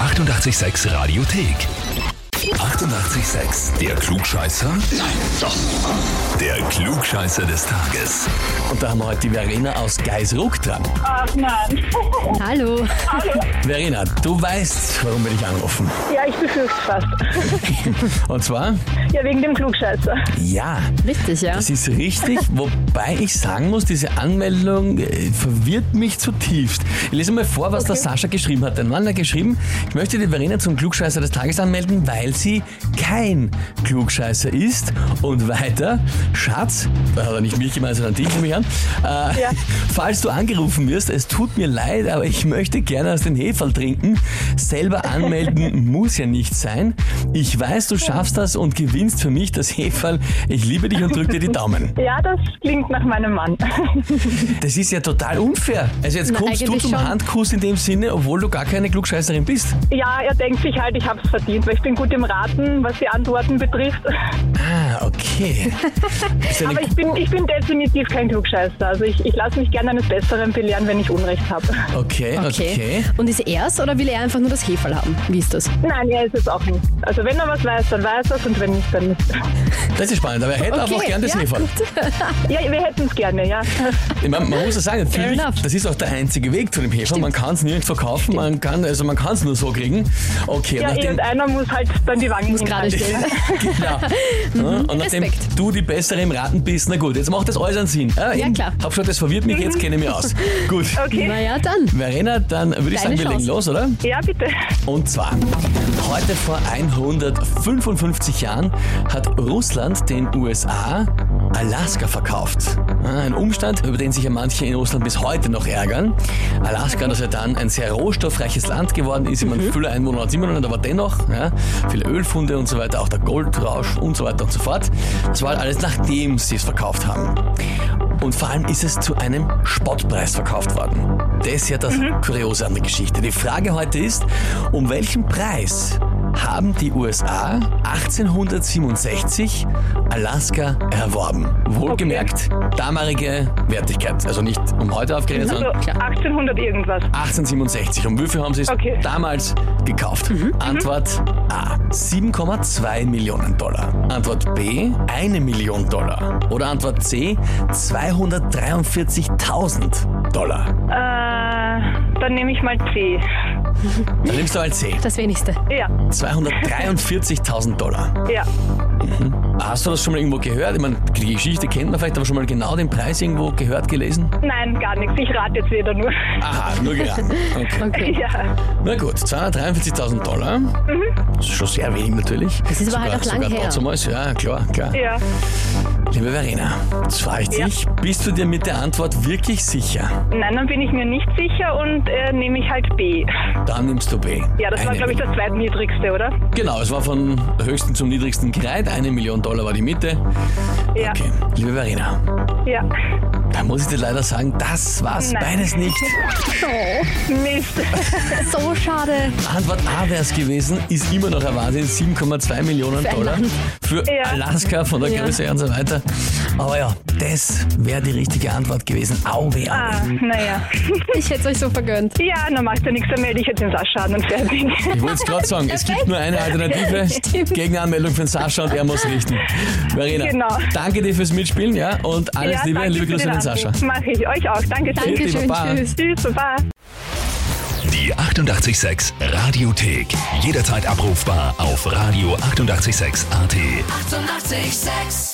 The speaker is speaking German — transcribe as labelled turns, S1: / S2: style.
S1: 886 Radiothek. 88,6. Der Klugscheißer? Nein, doch. Der Klugscheißer des Tages.
S2: Und da haben wir heute die Verena aus Geisruck dran.
S3: Ach nein.
S4: Hallo.
S2: Verena, du weißt, warum wir dich anrufen.
S3: Ja, ich befürchte fast.
S2: Und zwar,
S3: Ja, wegen dem Klugscheißer.
S2: ja,
S4: Richtig, ja.
S2: das ist richtig, wobei ich sagen muss, diese Anmeldung äh, verwirrt mich zutiefst. Ich lese mal vor, was der Sascha geschrieben hat. Ein Mann hat geschrieben, ich möchte die Verena zum Klugscheißer des Tages anmelden, weil sie kein Klugscheißer ist. Und weiter, Schatz, da hat er nicht mich gemeint, sondern dich, nehme ich an, äh,
S3: Ja.
S2: Falls du angerufen wirst, es tut mir leid, aber ich möchte gerne aus dem Heferl trinken. Selber anmelden muss ja nicht sein. Ich weiß, du schaffst das und gewinnst für mich das Heferl. Ich liebe dich und drücke dir die Daumen.
S3: Ja, das klingt nach meinem Mann.
S2: Das ist ja total unfair. Also jetzt
S4: Na,
S2: kommst du
S4: eigentlich
S2: zum
S4: schon.
S2: Handkuss in dem Sinne, obwohl du gar keine Klugscheißerin bist.
S3: Ja, er denkt sich halt, ich hab's verdient, weil ich bin gut im Raten, was die Antworten betrifft.
S2: Ah, okay. Ist eine
S3: Aber ich bin, ich bin definitiv kein Klugscheißer. Also ich, ich lasse mich gerne eines Besseren belehren, wenn ich Unrecht habe.
S2: okay, okay,
S4: Und ist er es oder will er einfach nur das Heferl haben? Wie ist das?
S3: Nein, er ist es auch nicht. Also wenn er was weiß, dann weiß er's und wenn nicht, dann nicht.
S2: Das ist spannend, aber er hätte
S4: Okay,
S2: einfach gern das
S4: ja,
S2: Heferl.
S3: Ja, wir hätten's gerne, ja.
S2: Ich mein, man muss ja sagen, natürlich,
S4: enough.
S2: das ist auch der einzige Weg zu dem Hefer. Man kann es nirgendwo kaufen, man kann also man kann es nur so kriegen. Okay,
S3: Ja,
S4: eh
S2: nachdem,
S3: irgendeiner muss halt dann die Wangen
S4: Muss gerade
S3: hinhalten.
S4: stehen.
S2: ja. Ja, und nachdem
S4: Mhm, Respekt.
S2: du die bessere im Raten bist, na gut, jetzt macht das äußeren Sinn. Ah,
S4: Ja,
S2: eben.
S4: klar. Mhm.
S2: Hab schon, das verwirrt mich, jetzt kenne ich mich aus. Gut.
S3: Okay,
S4: Naja, dann.
S2: Verena, dann würde ich sagen,
S4: Deine
S2: wir legen
S4: Chance.
S2: los, oder?
S3: ja bitte.
S2: Und zwar, heute vor 155 Jahren hat Russland den USA Alaska verkauft. Ein Umstand, über den sich ja manche in Russland bis heute noch ärgern. Alaska, das ja dann ein sehr rohstoffreiches Land geworden ist. Ich meine, viele Einwohner hat es immer noch nicht, aber dennoch, ja, viele Ölfunde und so weiter, auch der Goldrausch und so weiter und so fort. Das war alles, nachdem sie es verkauft haben. Und vor allem ist es zu einem Spottpreis verkauft worden. Das ist ja das Kuriose an der Geschichte. Die Frage heute ist, um welchen Preis haben die USA 1867 Alaska erworben? Wohlgemerkt, damalige Wertigkeit. Also nicht um heute aufgerechnet,
S3: Also
S2: sondern
S3: 1800 irgendwas.
S2: 1867. Um wie viel haben sie es
S3: Okay.
S2: damals gekauft? Antwort A. 7,2 Millionen Dollar. Antwort B. Eine Million Dollar. Oder Antwort C. 243.000 Dollar.
S3: Äh, dann nehme ich mal C.
S2: Dann nimmst du halt C.
S4: Das wenigste.
S3: Ja,
S2: 243.000 Dollar.
S3: ja.
S2: Hast du das schon mal irgendwo gehört? Ich meine, die Geschichte kennt man vielleicht, aber schon mal genau den Preis irgendwo gehört, gelesen?
S3: Nein, gar nichts. Ich rate jetzt wieder nur.
S2: Aha, nur geraten. Okay.
S4: Okay.
S3: Ja,
S2: Na gut, 243.000 Dollar.
S3: Mhm.
S2: Das ist schon sehr wenig natürlich. Das
S4: ist aber halt auch lang
S2: sogar
S4: her.
S2: Damals. Ja, klar, klar.
S3: ja.
S2: Liebe Verena, jetzt frage ich
S3: Ja.
S2: dich, bist du dir mit der Antwort wirklich sicher?
S3: Nein, dann bin ich mir nicht sicher und äh, nehme ich halt B.
S2: Dann nimmst du B.
S3: Ja, das war,
S2: Eine
S3: glaube ich, das zweitniedrigste, oder?
S2: Genau, es war von höchsten zum niedrigsten gereiht. Eine Million Dollar war die Mitte.
S3: Ja.
S2: Okay, liebe Verena,
S3: Ja.
S2: da muss ich dir leider sagen, das war's
S3: Nein.
S2: beides nicht.
S4: Oh,
S3: Mist.
S4: so schade.
S2: Antwort A wäre es gewesen, ist immer noch ein Wahnsinn, 7,2 Millionen
S4: Für ein
S2: Dollar
S4: Land.
S2: für
S3: Ja.
S2: Alaska von der
S4: Ja.
S2: Größe her und so weiter. Aber ja, das wäre die richtige Antwort gewesen. Auwe, auwe.
S3: Ah, naja.
S4: Ich hätte es euch so vergönnt.
S3: Ja, dann macht ja nichts, dann melde ich jetzt den Sascha an und fertig.
S2: Ich wollte es gerade sagen, es gibt nur eine Alternative.
S4: Stimmt.
S2: Gegenanmeldung für den Sascha und er muss richten. Verena,
S3: Genau.
S2: danke dir fürs Mitspielen ja, und alles
S3: ja,
S2: Liebe,
S3: danke
S2: liebe
S3: für
S2: Grüße an den
S3: Anruf.
S2: Sascha.
S3: Mach ich. Euch auch. Danke.
S2: Bitte,
S4: Dankeschön,
S2: Baba.
S4: tschüss.
S3: Tschüss, Baba.
S1: Die 886 Radiothek. Jederzeit abrufbar auf radio886.at. 886!
S5: 886